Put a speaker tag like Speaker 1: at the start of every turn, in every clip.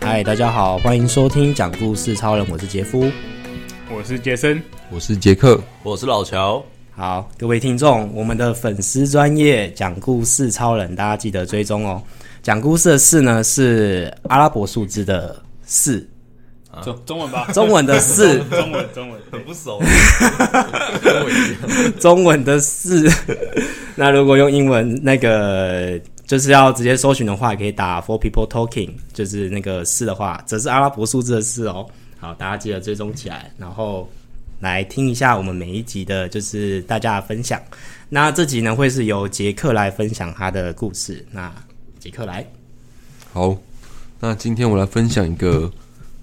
Speaker 1: 嗨，大家好，欢迎收听讲故事超人，我是杰夫。
Speaker 2: 我是杰森，
Speaker 3: 我是杰克，
Speaker 4: 我是老乔，
Speaker 1: 好，各位听众，我们的粉丝专业讲故事超人，大家记得追踪哦。讲故事的四呢是阿拉伯数字的四，
Speaker 2: 中中文吧，
Speaker 1: 中文的四，
Speaker 2: 中文中文，对
Speaker 4: 很不熟，跟我一样
Speaker 1: 中文的四。 那如果用英文那个就是要直接搜寻的话，也可以打 Four People Talking，就是那个四的话，则是阿拉伯数字的四哦。好，大家记得追踪起来，然后来听一下我们每一集的，就是大家的分享。那这集呢，会是由杰克来分享他的故事。那杰克来，
Speaker 3: 好，那今天我来分享一个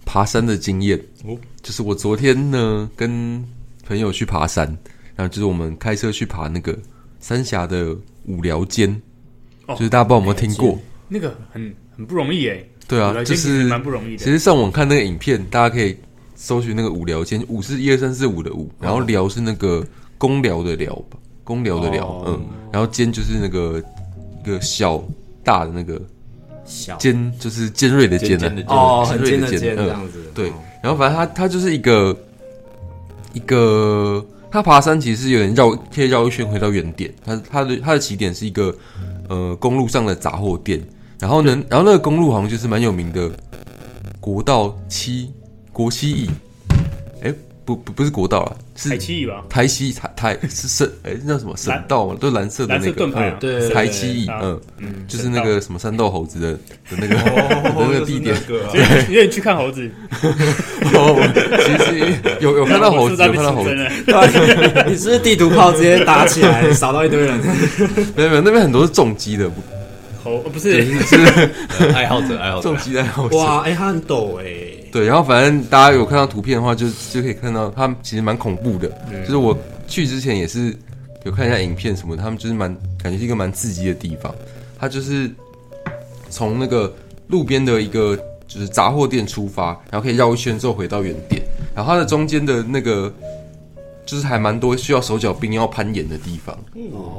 Speaker 3: 爬山的经验。哦，就是我昨天呢跟朋友去爬山，然后就是我们开车去爬那个三峡的五寮尖，
Speaker 2: 哦
Speaker 3: 就是大家不知道有没有听过？
Speaker 2: 那个很很不容易哎，
Speaker 3: 对
Speaker 2: 五
Speaker 3: 啊，
Speaker 2: 寮
Speaker 3: 就
Speaker 2: 尖其实
Speaker 3: 是
Speaker 2: 蛮不容易的
Speaker 3: 其实上网看那个影片，大家可以搜寻那个五寮尖，五是一二三四五的
Speaker 2: 哦
Speaker 3: 五，然后寮是那个公寮的寮吧，公寮的寮，
Speaker 1: 哦
Speaker 3: 嗯，然后尖就是那个一个小大的那个
Speaker 1: 小
Speaker 3: 尖，就是尖锐的尖啊
Speaker 4: 尖尖的，尖
Speaker 1: 哦，
Speaker 3: 尖
Speaker 1: 很
Speaker 3: 锐
Speaker 1: 尖的
Speaker 3: 尖
Speaker 1: 尖
Speaker 3: 嗯
Speaker 1: 这样子，
Speaker 3: 对，然后反正他他就是一个一个，他爬山其实是有点绕，可以绕一圈回到原点。他他的他的起点是一个呃公路上的杂货店，然后呢，然后那个公路好像就是蛮有名的国道七国七乙，哎、不不不是国道了，
Speaker 2: 台
Speaker 3: 是
Speaker 2: 七乙吧，
Speaker 3: 台西台台是省哎、那叫什么省
Speaker 2: 蓝
Speaker 3: 道嘛，都蓝色的
Speaker 2: 蓝
Speaker 3: 那
Speaker 2: 色
Speaker 3: 个
Speaker 2: 盾牌啊
Speaker 3: 嗯，
Speaker 1: 对
Speaker 3: 台七乙，
Speaker 2: 啊
Speaker 3: 嗯，
Speaker 2: 嗯
Speaker 3: 就是那个什么山豆猴子的的那个、 的那个地点，，
Speaker 4: 就是那
Speaker 2: 所
Speaker 4: 个啊
Speaker 2: 以因为你去看猴子，
Speaker 3: 哦，其实有有看到猴子，有看到猴子，
Speaker 2: 子，
Speaker 1: 对， 你是不是地图炮直接打起 来，扫到一堆人？
Speaker 3: 没有没有，那边很多是重机的，不
Speaker 2: 猴呃不是
Speaker 3: 是
Speaker 4: 爱好者，爱好者
Speaker 3: 重，机在后车。
Speaker 1: 哇，哎、它很陡哎、
Speaker 3: 对，然后反正大家有看到图片的话，就就可以看到他们其实蛮恐怖的。就是我去之前也是有看一下影片什么的，他们就是蛮感觉是一个蛮刺激的地方。他就是从那个路边的一个就是杂货店出发，然后可以绕一圈之后回到原点。然后它的中间的那个就是还蛮多需要手脚并用要攀岩的地方。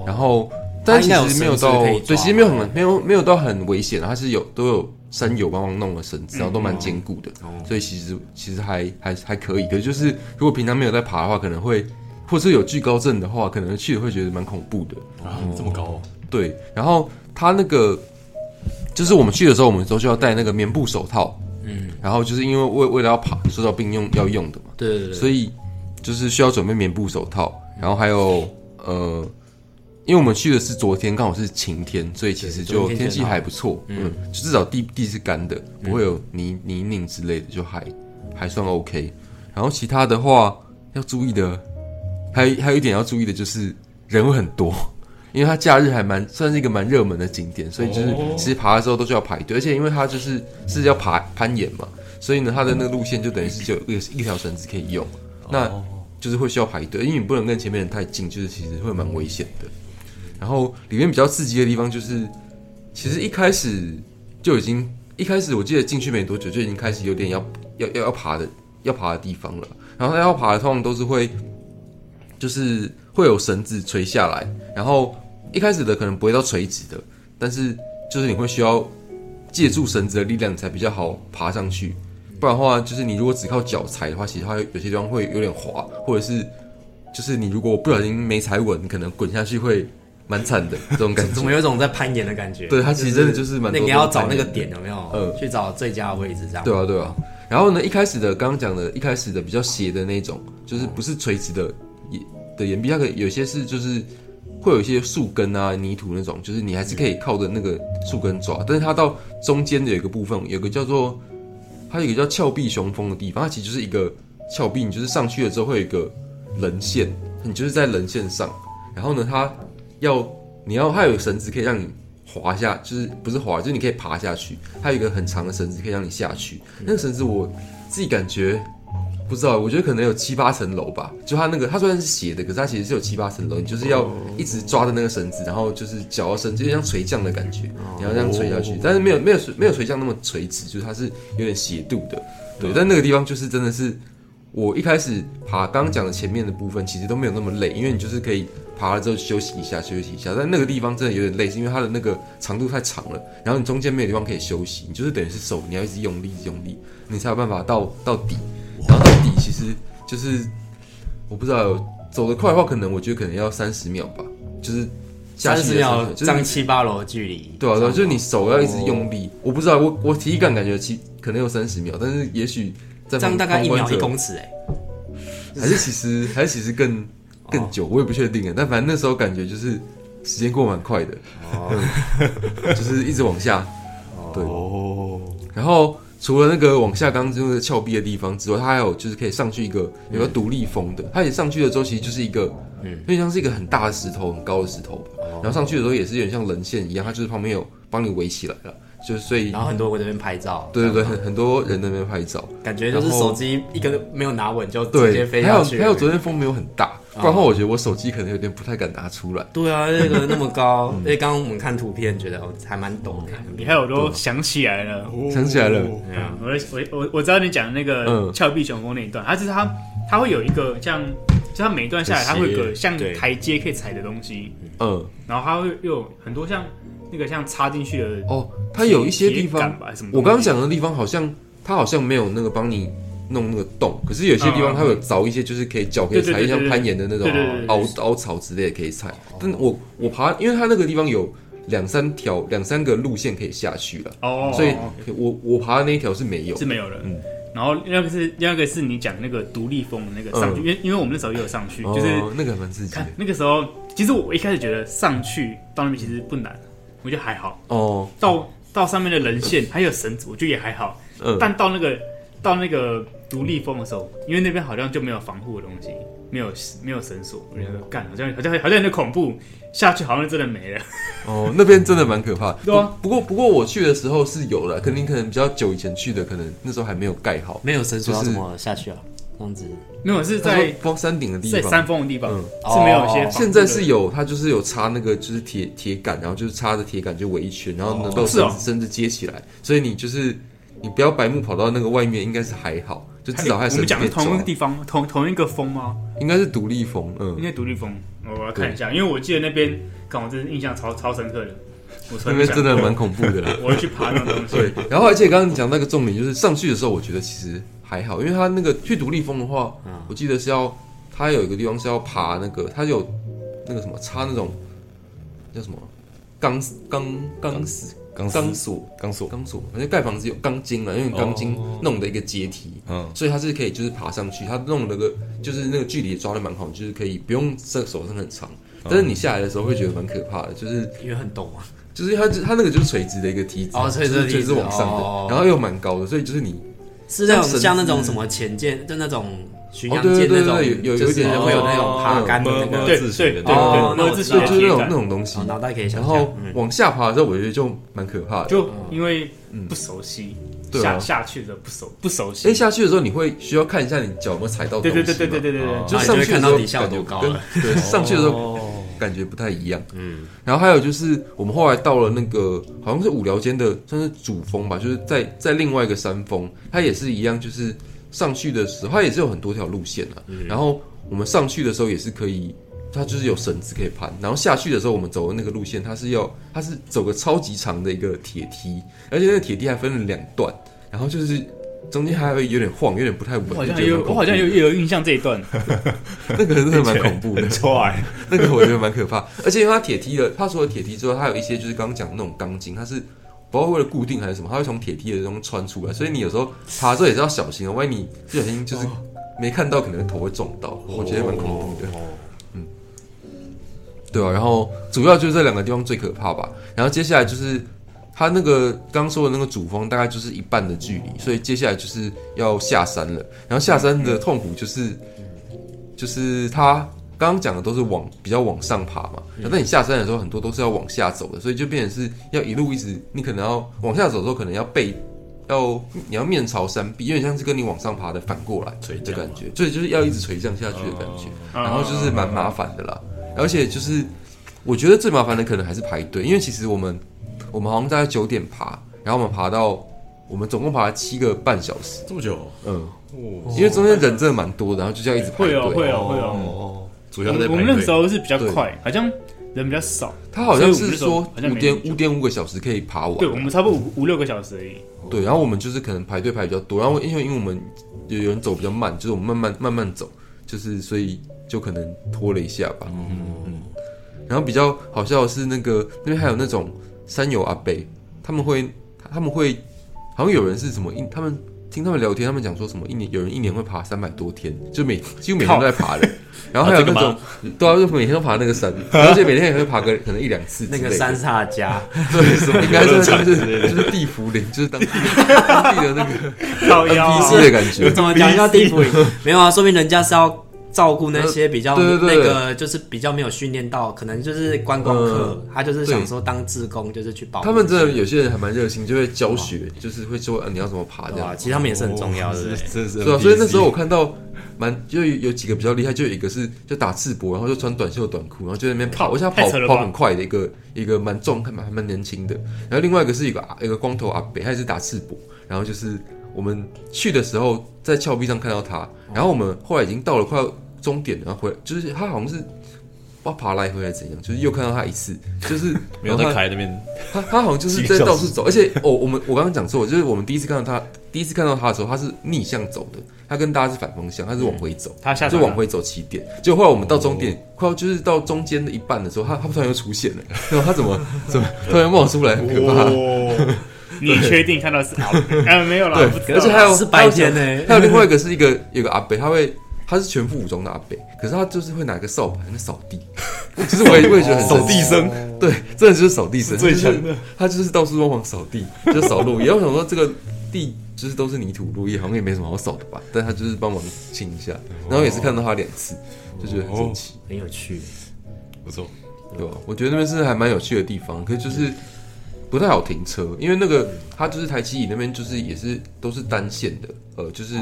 Speaker 3: 然后但其实没
Speaker 1: 嗯
Speaker 3: 有
Speaker 1: 它应
Speaker 3: 到
Speaker 1: 该有绳子可以抓
Speaker 3: 对，其实没有很没有没有到很危险，它是有都有山友帮忙弄了绳子，然后都
Speaker 1: 嗯
Speaker 3: 蛮坚固的，
Speaker 1: 哦
Speaker 3: 所以其实其实还还还可以。可是就是如果平常没有在爬的话，可能会或是有惧高症的话，可能去了会觉得蛮恐怖的。
Speaker 4: 啊这么高哦，
Speaker 3: 对，然后他那个就是我们去的时候，我们都需要戴那个棉布手套，嗯，然后就是因为为为了要爬，手脚并用要用的嘛，
Speaker 1: 对对对
Speaker 3: 所以就是需要准备棉布手套，然后还有呃，因为我们去的是昨天，刚好是晴天，所以其实
Speaker 1: 昨
Speaker 3: 就
Speaker 1: 天
Speaker 3: 天气
Speaker 1: 天好
Speaker 3: 还不错，嗯，就至少地地是干的，不会有泥泥泞之类的，就还还算 OK。然后其他的话要注意的，还有还有一点要注意的就是人会很多。因为它假日还蛮算是一个蛮热门的景点，所以就是其实爬的时候都需要排队，而且因为它就是是要爬攀岩嘛，所以呢，它的那个路线就等于是只有一个一条绳子可以用，那就是会需要排队，因为你不能跟前面人太近，就是其实会蛮危险的。然后里面比较刺激的地方就是，其实一开始就已经一开始我记得进去没多久就已经开始有点要要要要爬的要爬的地方了，然后要爬的通常都是会就是会有绳子垂下来，然后一开始的可能不会到垂直的，但是就是你会需要借助绳子的力量才比较好爬上去，不然的话，就是你如果只靠脚踩的话，其实它有些地方会有点滑，或者是就是你如果不小心没踩稳，你可能滚下去会蛮惨的这种感
Speaker 1: 怎
Speaker 3: 觉
Speaker 1: 么。有一种在攀岩的感觉？
Speaker 3: 对它其实真的就是蛮多
Speaker 1: 那你
Speaker 3: 这种
Speaker 1: 要找那
Speaker 3: 攀
Speaker 1: 个
Speaker 3: 岩
Speaker 1: 点有没有？
Speaker 3: 嗯
Speaker 1: 去找最佳的位置这样。
Speaker 3: 对啊，对啊。然后呢，一开始的刚刚讲的，一开始的比较斜的那种，就是不是垂直的岩的岩壁，它可以有些是就是会有一些树根啊、泥土那种，就是你还是可以靠着那个树根抓，但是它到中间的有一个部分，有个叫做它有一个叫峭壁雄峰的地方，它其实就是一个峭壁，你就是上去了之后会有一个棱线，你就是在棱线上，然后呢，它要你要它有绳子可以让你滑下，就是不是滑，就是你可以爬下去，它有一个很长的绳子可以让你下去。那个绳子我自己感觉不知道，我觉得可能有七八层楼吧。就它那个，它虽然是斜的，可是它其实是有七八层楼，你就是要一直抓着那个绳子，然后就是脚要伸，就像垂降的感觉，你要这样垂下去。但是没有没有垂没有垂降那么垂直，就是它是有点斜度的。对，但那个地方就是真的是我一开始爬刚刚讲的前面的部分，其实都没有那么累，因为你就是可以爬了之后休息一下，休息一下。但那个地方真的有点累，是因为它的那个长度太长了，然后你中间没有地方可以休息，你就是等于是手你要一直用力，一直用力，你才有办法到到底。然后到底其实就是我不知道走得快的话，可能我觉得可能要三十秒吧，就是
Speaker 1: 三
Speaker 3: 下去
Speaker 1: 十
Speaker 3: 的时候
Speaker 1: 秒
Speaker 3: 就是
Speaker 1: 张七八楼的距离，
Speaker 3: 对啊，对啊，就是你手要一直
Speaker 1: 哦
Speaker 3: 用力。我不知道，我我体感感觉其可能有三十秒，但是也许在
Speaker 1: 这样
Speaker 3: 旁
Speaker 1: 大概一秒
Speaker 3: 旁观者
Speaker 1: 一公尺哎，
Speaker 3: 还是其实还是其实更
Speaker 1: 哦
Speaker 3: 更久，我也不确定啊。但反正那时候感觉就是时间过蛮快的，
Speaker 1: 哦
Speaker 3: 就是一直往下。对，
Speaker 4: 哦，
Speaker 3: 然后除了那个往下刚刚就是峭壁的地方之外，它还有就是可以上去一个
Speaker 1: 嗯
Speaker 3: 有个独立峰的，它也上去了之后，其实就是一个，有点像是一个很大的石头，很高的石头吧。
Speaker 1: 哦
Speaker 3: 然后上去的时候也是有点像人线一样，它就是旁边有帮你围起来了，就是所以
Speaker 1: 然后很多人在那边拍照，
Speaker 3: 对对对，很很多人在那边拍照。
Speaker 1: 感觉就是
Speaker 3: 然后
Speaker 1: 手机一个没有拿稳就直接
Speaker 3: 对，
Speaker 1: 飞
Speaker 3: 还有
Speaker 1: 下去了。
Speaker 3: 还有昨天风没有很大，
Speaker 2: 哦
Speaker 3: 不然的话我觉得我手机可能有点不太敢拿出来。
Speaker 1: 对啊，那个那么 高，
Speaker 3: 嗯
Speaker 1: 而且刚刚我们看图片觉得哦还蛮陡的，
Speaker 2: 你看我
Speaker 3: 啊
Speaker 2: 都想起来了。
Speaker 3: 想起来了，
Speaker 2: 嗯我我我我知道你讲的那个
Speaker 3: 哦啊嗯
Speaker 2: 峭壁雄风那一段，它就是它它会有一个像，就它每一段下来，它会有一
Speaker 1: 斜
Speaker 2: 个像
Speaker 1: 对
Speaker 2: 台阶可以踩的东西，
Speaker 3: 嗯，
Speaker 2: 然后它会又有很多像那个像插进去的，
Speaker 3: 哦，它有一些地
Speaker 2: 铁
Speaker 3: 方
Speaker 2: 杆吧还是什么东西
Speaker 3: 我刚刚讲的地方好像它好像没有那个帮你弄那个洞，可是有些地
Speaker 2: 嗯嗯
Speaker 3: 方
Speaker 2: 嗯
Speaker 3: 它有凿一些，就是可以脚可以
Speaker 2: 对对
Speaker 3: 踩，
Speaker 2: 对
Speaker 3: 像
Speaker 2: 对对
Speaker 3: 攀岩的那种
Speaker 2: 对对对对哦
Speaker 3: 凹凹槽之类的可以踩。但我我爬，因为它那个地方有两三条两三个路线可以下去了，
Speaker 2: 哦，
Speaker 3: 所以我我爬的那一条是没有嗯
Speaker 2: 是。没有了。然后另外一个是另外一个是你讲那个独立风的那个上去，因为因为我们那时候也有上去，就是
Speaker 3: 嗯哦那个还蛮刺激的
Speaker 2: 看那个时候，其实我一开始觉得上去到那边其实不难，我觉得还好。
Speaker 3: 哦，
Speaker 2: 到到上面的人线还有绳子，我觉得也还好。
Speaker 3: 嗯，
Speaker 2: 但到那个到那个独立峰的时候，因为那边好像就没有防护的东西，没有没有绳索，
Speaker 3: 嗯
Speaker 2: 我觉得干好像好像好像有点恐怖，下去好像真的没了。
Speaker 3: 哦，那边真的蛮可怕。
Speaker 2: 对啊
Speaker 3: 不，不过不过我去的时候是有了，可能你可能比较久以前去的，可能那时候还没有盖好。
Speaker 1: 没有绳索要
Speaker 3: 就是
Speaker 1: 怎么下去啊？这样子
Speaker 2: 没有是
Speaker 3: 它说
Speaker 2: 在
Speaker 3: 光山顶的地
Speaker 2: 在
Speaker 3: 方，
Speaker 2: 山峰的地方、
Speaker 3: 嗯
Speaker 2: 是没有一些
Speaker 1: 哦
Speaker 2: 防护的，
Speaker 3: 现在是有，它就是有插那个就是铁铁杆，然后就是插着铁杆就围一圈，然后能够
Speaker 2: 哦是
Speaker 3: 绳
Speaker 2: 哦
Speaker 3: 子绳子接起来，所以你就是你不要白目跑到那个外面，应该是还好，就至少还
Speaker 2: 哎我
Speaker 3: 是
Speaker 2: 们讲的同一个地方，同同一个峰吗？
Speaker 3: 应该是独立风，嗯
Speaker 2: 应，该独立峰，我要看一下，因为我记得那边，看我真是印象超超深刻的，我突
Speaker 3: 那
Speaker 2: 然
Speaker 3: 边
Speaker 2: 想
Speaker 3: 真的蛮恐怖的啦。
Speaker 2: 我会去爬那种东西。
Speaker 3: 对，然后而且刚刚你讲那个重点就是上去的时候，我觉得其实还好，因为它那个去独立峰的话，我记得是要它有一个地方是要爬那个，它有那个什么插那种叫什么钢钢钢丝
Speaker 4: 钢丝
Speaker 3: 钢索
Speaker 4: 钢索，
Speaker 3: 钢索，反正盖房子有钢筋了，用钢筋弄的一个阶梯。
Speaker 4: 嗯，
Speaker 3: 所以它是可以就是爬上去，它弄了个就是那个距离也抓的蛮好，就是可以不用这手伸很长，但是你下来的时候会觉得蛮可怕的，就是
Speaker 1: 因为很陡啊嘛，
Speaker 3: 就是它它那个就是垂直的一个梯子，
Speaker 1: 哦垂直的
Speaker 3: 就是垂
Speaker 1: 梯子
Speaker 3: 直往上的，
Speaker 1: 哦
Speaker 3: 然后又蛮高的，所以就是你
Speaker 1: 是那
Speaker 3: 像绳
Speaker 1: 种
Speaker 3: 子
Speaker 1: 像那种什么潜舰，就那种巡洋
Speaker 3: 哦对
Speaker 1: 舰
Speaker 3: 对
Speaker 1: 那
Speaker 3: 对
Speaker 1: 种，
Speaker 3: 对有有
Speaker 1: 就
Speaker 3: 有
Speaker 1: 是
Speaker 3: 点
Speaker 1: 会有那种爬杆的那
Speaker 4: 哦
Speaker 1: 个，
Speaker 2: 对
Speaker 4: 自学
Speaker 2: 对
Speaker 4: 的
Speaker 2: 对
Speaker 1: 哦
Speaker 2: 对，
Speaker 1: 那我
Speaker 2: 自
Speaker 1: 知
Speaker 2: 己
Speaker 1: 道
Speaker 3: 就
Speaker 1: 了解
Speaker 2: 的
Speaker 3: 就是那
Speaker 2: 铁
Speaker 3: 种
Speaker 2: 杆
Speaker 3: 那种东西
Speaker 1: 哦，脑袋可以想
Speaker 3: 然
Speaker 1: 象。
Speaker 3: 后
Speaker 1: 嗯
Speaker 3: 往下爬的时候，我觉得就蛮可怕的。
Speaker 2: 就因为不熟悉，
Speaker 3: 嗯对
Speaker 2: 下
Speaker 3: 啊
Speaker 2: 下去的不熟不熟
Speaker 3: 哎，
Speaker 2: 悉，
Speaker 3: 下去的时候你会需要看一下你脚有没有踩到
Speaker 2: 对
Speaker 3: 东
Speaker 2: 对
Speaker 3: 西嘛，
Speaker 2: 对对对对对对，
Speaker 3: 就
Speaker 1: 哦
Speaker 3: 是上去
Speaker 1: 你就会
Speaker 3: 的时候
Speaker 1: 看到底下有多高
Speaker 3: 感觉
Speaker 1: 了哦
Speaker 3: 跟 对，上去的时候感觉不太一样。嗯，然后还有就是我们后来到了那个好像是五寮间的算是主峰吧，就是在在另外一个山峰，它也是一样，就是上去的时候它也是有很多条路线啊。
Speaker 1: 嗯
Speaker 3: 然后我们上去的时候也是可以。它就是有绳子可以攀，然后下去的时候，我们走的那个路线，它是要它是走个超级长的一个铁梯，而且那个铁梯还分了两段，然后就是中间还会有点晃，有点不太稳。
Speaker 2: 我好像
Speaker 3: 就觉得
Speaker 2: 有
Speaker 3: 蛮恐怖
Speaker 2: 我好像有也有印象这一段，
Speaker 3: 那个真的蛮恐怖的，
Speaker 4: 快，
Speaker 3: 那个我觉得蛮可怕。而且因为它铁梯的，它除了铁梯之外，它有一些就是刚刚讲的那种钢筋，它是不知道为了固定还是什么，它会从铁梯的中穿出来，所以你有时候爬的时候也是要小心哦，万一你不小心就是没看到，可能头会撞到，我觉得蛮恐怖的。对啊，然后主要就是这两个地方最可怕吧。然后接下来就是它那个刚说的那个主峰，大概就是一半的距离，所以接下来就是要下山了。然后下山的痛苦就是，就是它刚刚讲的都是往比较往上爬嘛，
Speaker 4: 嗯
Speaker 3: 但你下山的时候很多都是要往下走的，所以就变成是要一路一直，你可能要往下走的时候，可能要背。要你要面朝山壁，有点像是跟你往上爬的反过来
Speaker 4: 垂
Speaker 3: 的
Speaker 4: 降
Speaker 3: 感
Speaker 4: 嘛哦
Speaker 3: 觉，所以就是要一直垂降下去的感觉，
Speaker 2: 嗯
Speaker 3: 然后就是蛮麻烦的啦。而且就是我觉得最麻烦的可能还是排队，因为其实我们我们好像大概九点爬，然后我们爬到我们总共爬了七个半小时，
Speaker 4: 这么久，
Speaker 3: 嗯，因为中间人真的蛮多的，然后就要一直排
Speaker 2: 哦会
Speaker 3: 队。
Speaker 2: 哦会哦会哦。
Speaker 4: 哦，主
Speaker 2: 我
Speaker 4: 要在
Speaker 2: 们我
Speaker 4: 排
Speaker 2: 们那个时
Speaker 4: 队。
Speaker 2: 候是比较
Speaker 3: 对
Speaker 2: 快，好像人比较少，
Speaker 3: 他好像
Speaker 2: 所以我们那
Speaker 3: 是
Speaker 2: 时候
Speaker 3: 说
Speaker 2: 好像
Speaker 3: 五
Speaker 2: 没
Speaker 3: 点
Speaker 2: 很久
Speaker 3: 五点五个小时可以爬完，
Speaker 2: 对我们差不多五五六个小 时而已。
Speaker 3: 对，然后我们就是可能排队排比较多，然后因为因为我们有有人走比较慢，就是我们慢慢慢慢走，就是所以就可能拖了一下吧。嗯嗯。然后比较好笑的是，那个那边还有那种山友阿伯，他们会他们会好像有人是什么一他们。听他们聊天，他们讲说什么一年有人一年会爬三百多天，就每几乎每天都在爬的。然后还有那种
Speaker 4: 啊，
Speaker 3: 对啊，就每天都爬那个 山，而且每天也会爬个可能一两次之
Speaker 1: 那
Speaker 3: 类的。
Speaker 1: 个山是他的家，
Speaker 3: 对，什么应该就是就是就是地茯苓，就是 当地的当地的那个
Speaker 2: 靠腰啊
Speaker 3: NPC 的感觉。
Speaker 1: 怎么讲叫地府？没有啊，说明人家是要照顾那些比较
Speaker 3: 对对对
Speaker 1: 那个，就是比较没有训练到，可能就是观光客，他就是想说当志工，就是去保护
Speaker 3: 他们真的有些人还蛮热心，就会教学，就是会说啊你要怎么爬这
Speaker 1: 对吧？
Speaker 3: 样。
Speaker 1: 其实他们也是很重要的，对不对
Speaker 4: 真的是
Speaker 3: 对啊，所以那时候我
Speaker 4: NPC
Speaker 3: 看到蛮就有有几个比较厉害，就有一个是就打赤膊，然后就穿短袖短裤，然后就在那边跑，
Speaker 2: 靠
Speaker 3: 而且他跑
Speaker 2: 太扯了吧
Speaker 3: 跑很快的一个一个蛮壮还蛮还蛮年轻的。然后另外一个是一个一个光头阿北，他也是打赤膊，然后就是我们去的时候在峭壁上看到他，然后我们后来已经到了快要终点了，然后回来就是他好像是。不知道爬来回还是怎样，就是又看到他一次，就是
Speaker 4: 没有
Speaker 3: 然后
Speaker 4: 在
Speaker 3: 他
Speaker 4: 开那边，
Speaker 3: 他他好像就是在到处走， 而且哦，我们我刚刚讲错，就是我们第一次看到他，第一次看到他的时候，他是逆向走的，他跟大家是反方向，他是往回走，
Speaker 2: 嗯他下
Speaker 3: 就
Speaker 2: 山
Speaker 3: 往
Speaker 2: 了，
Speaker 3: 回走起点。结果后来我们到终点，快要就是到中间的一半的时候，他他突然又出现了， 然后他怎么怎么突然冒出来，很可怕。
Speaker 2: 哦， 你确定看到是好？哎，没有啦，
Speaker 3: 对
Speaker 2: 不知道
Speaker 3: 而且还有
Speaker 1: 是白天呢、
Speaker 3: 还有另外一个是一个有个阿北，他会他是全副武装的阿北，可是他就是会拿个扫把在那扫地，其实我也我也觉得很
Speaker 4: 扫
Speaker 3: 神奇哦
Speaker 4: 地僧
Speaker 3: 对，真的就是扫地僧，
Speaker 4: 最强的
Speaker 3: 就是他就是到处帮忙扫地，就扫路。也我想说这个地就是都是泥土路，也好像也没什么好扫的吧，但他就是帮忙清一下，然后也是看到他两次，就觉得很神奇，
Speaker 1: 很有趣。
Speaker 4: 不错，
Speaker 3: 对吧？我觉得那边是还蛮有趣的地方，可是就是不太好停车，因为那个它就是台七乙那边就是也是都是单线的，呃，就是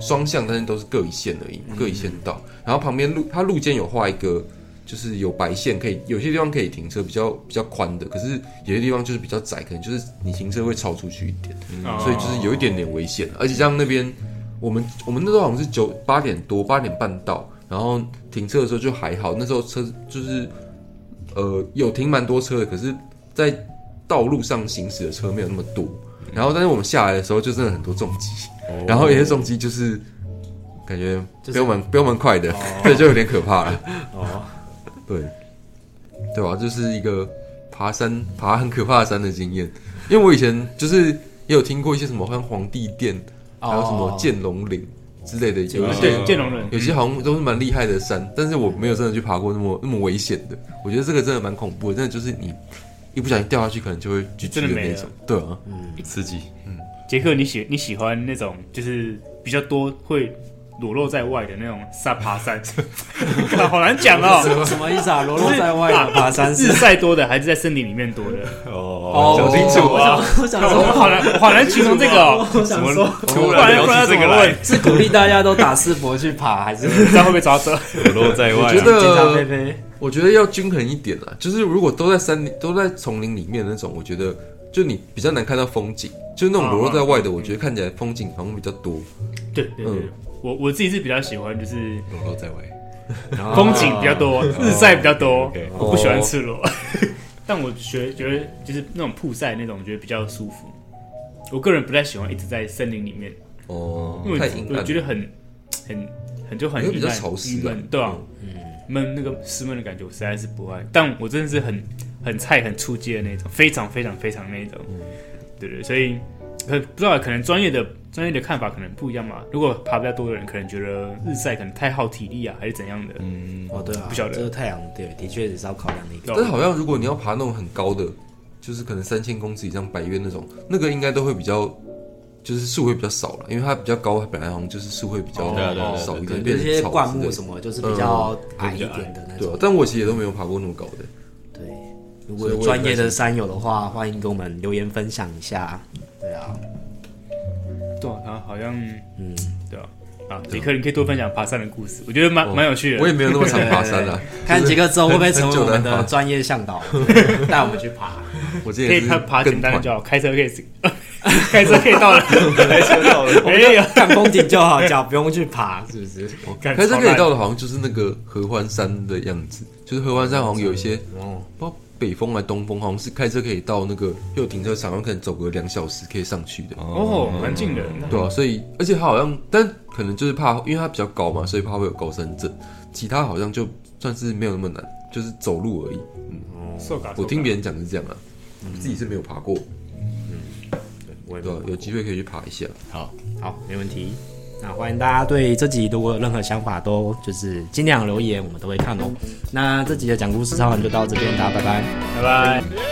Speaker 3: 双向，但是都是各一线而已，各一线道。然后旁边路它路肩有画一个。就是有白线可以，有些地方可以停车，比较比较宽的，可是有些地方就是比较窄，可能就是你停车会超出去一点，
Speaker 2: 哦
Speaker 3: 所以就是有一点点危险。而且像那边，我们我们那时候好像是九八点多八点半到，然后停车的时候就还好，那时候车就是呃有停蛮多车的，可是，在道路上行驶的车没有那么多。然后，但是我们下来的时候就真的很多重机，然后有些重机就是感觉
Speaker 1: 就是
Speaker 3: 飙蛮飙蛮快的， 对，就有点可怕了。
Speaker 1: 哦，
Speaker 3: 对，对吧？就是一个爬山爬很可怕的山的经验，因为我以前就是也有听过一些什么像皇帝殿，还有什么剑龙岭之类的，有一些
Speaker 2: 对，见容人
Speaker 3: 有些好像都是蛮厉害的山，但是我没有真的去爬过那么那么危险的。我觉得这个真的蛮恐怖的，真的就是你一不小心掉下去，可能就会就
Speaker 2: 真的没
Speaker 3: 那
Speaker 2: 了
Speaker 3: 种。对啊，
Speaker 4: 刺激，
Speaker 2: 杰克，你喜你喜欢那种就是比较多会裸露在外的那种沙爬山？ 干好难讲
Speaker 1: 什
Speaker 2: 哦。啊
Speaker 1: 么什么意思啊？裸露在外的爬山
Speaker 2: 日
Speaker 1: 是
Speaker 2: 晒多的还是在森林里面多的？
Speaker 1: 哦，
Speaker 4: 讲清楚
Speaker 1: 我
Speaker 4: 啊，
Speaker 1: 想我想
Speaker 2: 我
Speaker 1: 说，
Speaker 2: 好难，我好难形容这个哦。
Speaker 1: 我想说，
Speaker 4: 突
Speaker 2: 不然
Speaker 4: 然
Speaker 2: 不然要
Speaker 4: 聊起
Speaker 2: 怎么
Speaker 4: 这个来
Speaker 2: 问，？
Speaker 1: 是鼓励大家都打世博去爬，还是
Speaker 2: 这样会不会抓车？
Speaker 4: 裸露在外
Speaker 3: 我
Speaker 4: 啊，
Speaker 3: 觉
Speaker 1: 警察飞
Speaker 3: 得
Speaker 1: 飞？
Speaker 3: 我觉得要均衡一点啊，就是如果都在山里、都在丛林里面那种，我觉得就你比较难看到风景，就是那
Speaker 2: 啊
Speaker 3: 种裸露在
Speaker 2: 嗯
Speaker 3: 外的，我觉得看起来风景好像比较多。
Speaker 2: 对对对
Speaker 3: 嗯，
Speaker 2: 我我自己是比较喜欢就是
Speaker 4: 裸露在外，
Speaker 2: 风景比较
Speaker 3: 啊
Speaker 2: 多，日晒比较
Speaker 3: 哦
Speaker 2: 多
Speaker 4: OK，OK，
Speaker 2: 我不喜欢赤裸。 但我觉觉得就是那种曝晒那种，我觉得比较舒服。我个人不太喜欢一直在森林里面，
Speaker 3: 哦
Speaker 2: 因为
Speaker 3: 太阴
Speaker 2: 我
Speaker 3: 暗
Speaker 2: 觉
Speaker 3: 了。
Speaker 2: 得很很很就很
Speaker 3: 因为比较
Speaker 2: 阴暗
Speaker 3: 潮湿啊
Speaker 2: 郁闷，对啊，闷那个湿闷的感觉，我实在是不爱。但我真的是很很菜、很出街的那种，非常非常非常那种，
Speaker 3: 嗯
Speaker 2: 对对，所以呃不知道可能专业的专业的看法可能不一样嘛。如果爬比较多的人，可能觉得日晒可能太耗体力啊，还是怎样的，
Speaker 3: 嗯
Speaker 1: 哦，对啊，
Speaker 2: 不晓得
Speaker 1: 这个太阳对，的确也是要考量的一个。
Speaker 2: 对
Speaker 3: 但
Speaker 2: 吧？
Speaker 3: 是好像如果你要爬那种很高的，就是可能三千公尺以上百越那种，那个应该都会比较，就是树会比较少了，因为它比较高，它本来好像就是树会比较
Speaker 4: 哦对啊对啊对啊
Speaker 3: 少一
Speaker 1: 对，
Speaker 3: 点，
Speaker 1: 这
Speaker 3: 变
Speaker 1: 些
Speaker 3: 成
Speaker 1: 灌
Speaker 3: 草之类
Speaker 1: 木
Speaker 3: 的
Speaker 1: 什么就是比较矮一点的那
Speaker 3: 对
Speaker 1: 种
Speaker 3: 啊，。但我其实也都没有爬过那么高的。
Speaker 1: 对，如果有专业的山友的话，欢迎给我们留言分享一下。对啊，
Speaker 2: 对啊，然后好像
Speaker 1: 嗯，
Speaker 2: 对啊。啊，杰克，你可以多分享爬山的故事，我觉得蛮蛮有趣的。
Speaker 3: 我也没有那么常爬山 啊，
Speaker 1: 看杰克之后会不会成为我们
Speaker 3: 很久的
Speaker 1: 的
Speaker 3: 爬
Speaker 1: 专业向导，带我们去爬？
Speaker 3: 我之前
Speaker 2: 可
Speaker 3: 也
Speaker 2: 以
Speaker 3: 是
Speaker 2: 爬爬
Speaker 3: 跟
Speaker 2: 简单的
Speaker 3: 团
Speaker 2: 就好，开车可以自己。 开车可以到了，
Speaker 4: 开车到了，
Speaker 2: 没有，
Speaker 1: 看风景就好，脚不用去爬，是不是？
Speaker 2: 干
Speaker 3: 开车可以，
Speaker 2: 超
Speaker 3: 到的，好像就是那个合欢山的样子，就是合欢山好像有一些，
Speaker 1: 哦，
Speaker 3: 不知道北风还是东风，好像是开车可以到那个，又有停车场，然后可能走个两小时可以上去的。
Speaker 2: 烂哦，蛮近的，那
Speaker 3: 对啊，所以而且它好像，但可能就是怕，因为它比较高嘛，所以怕会有高山症。其他好像就算是没有那么难，就是走路而已。
Speaker 2: 受嘎，
Speaker 3: 我听
Speaker 2: 别
Speaker 3: 别人讲是这样啊，自己是没有爬过，
Speaker 1: 我也
Speaker 3: 对、啊，有机会可以去爬一下。
Speaker 1: 好，好，没问题。那欢迎大家对这集如果有任何想法都就是尽量留言，我们都会看哦。那这集的讲故事超人就到这边，大家拜拜。
Speaker 2: 拜拜。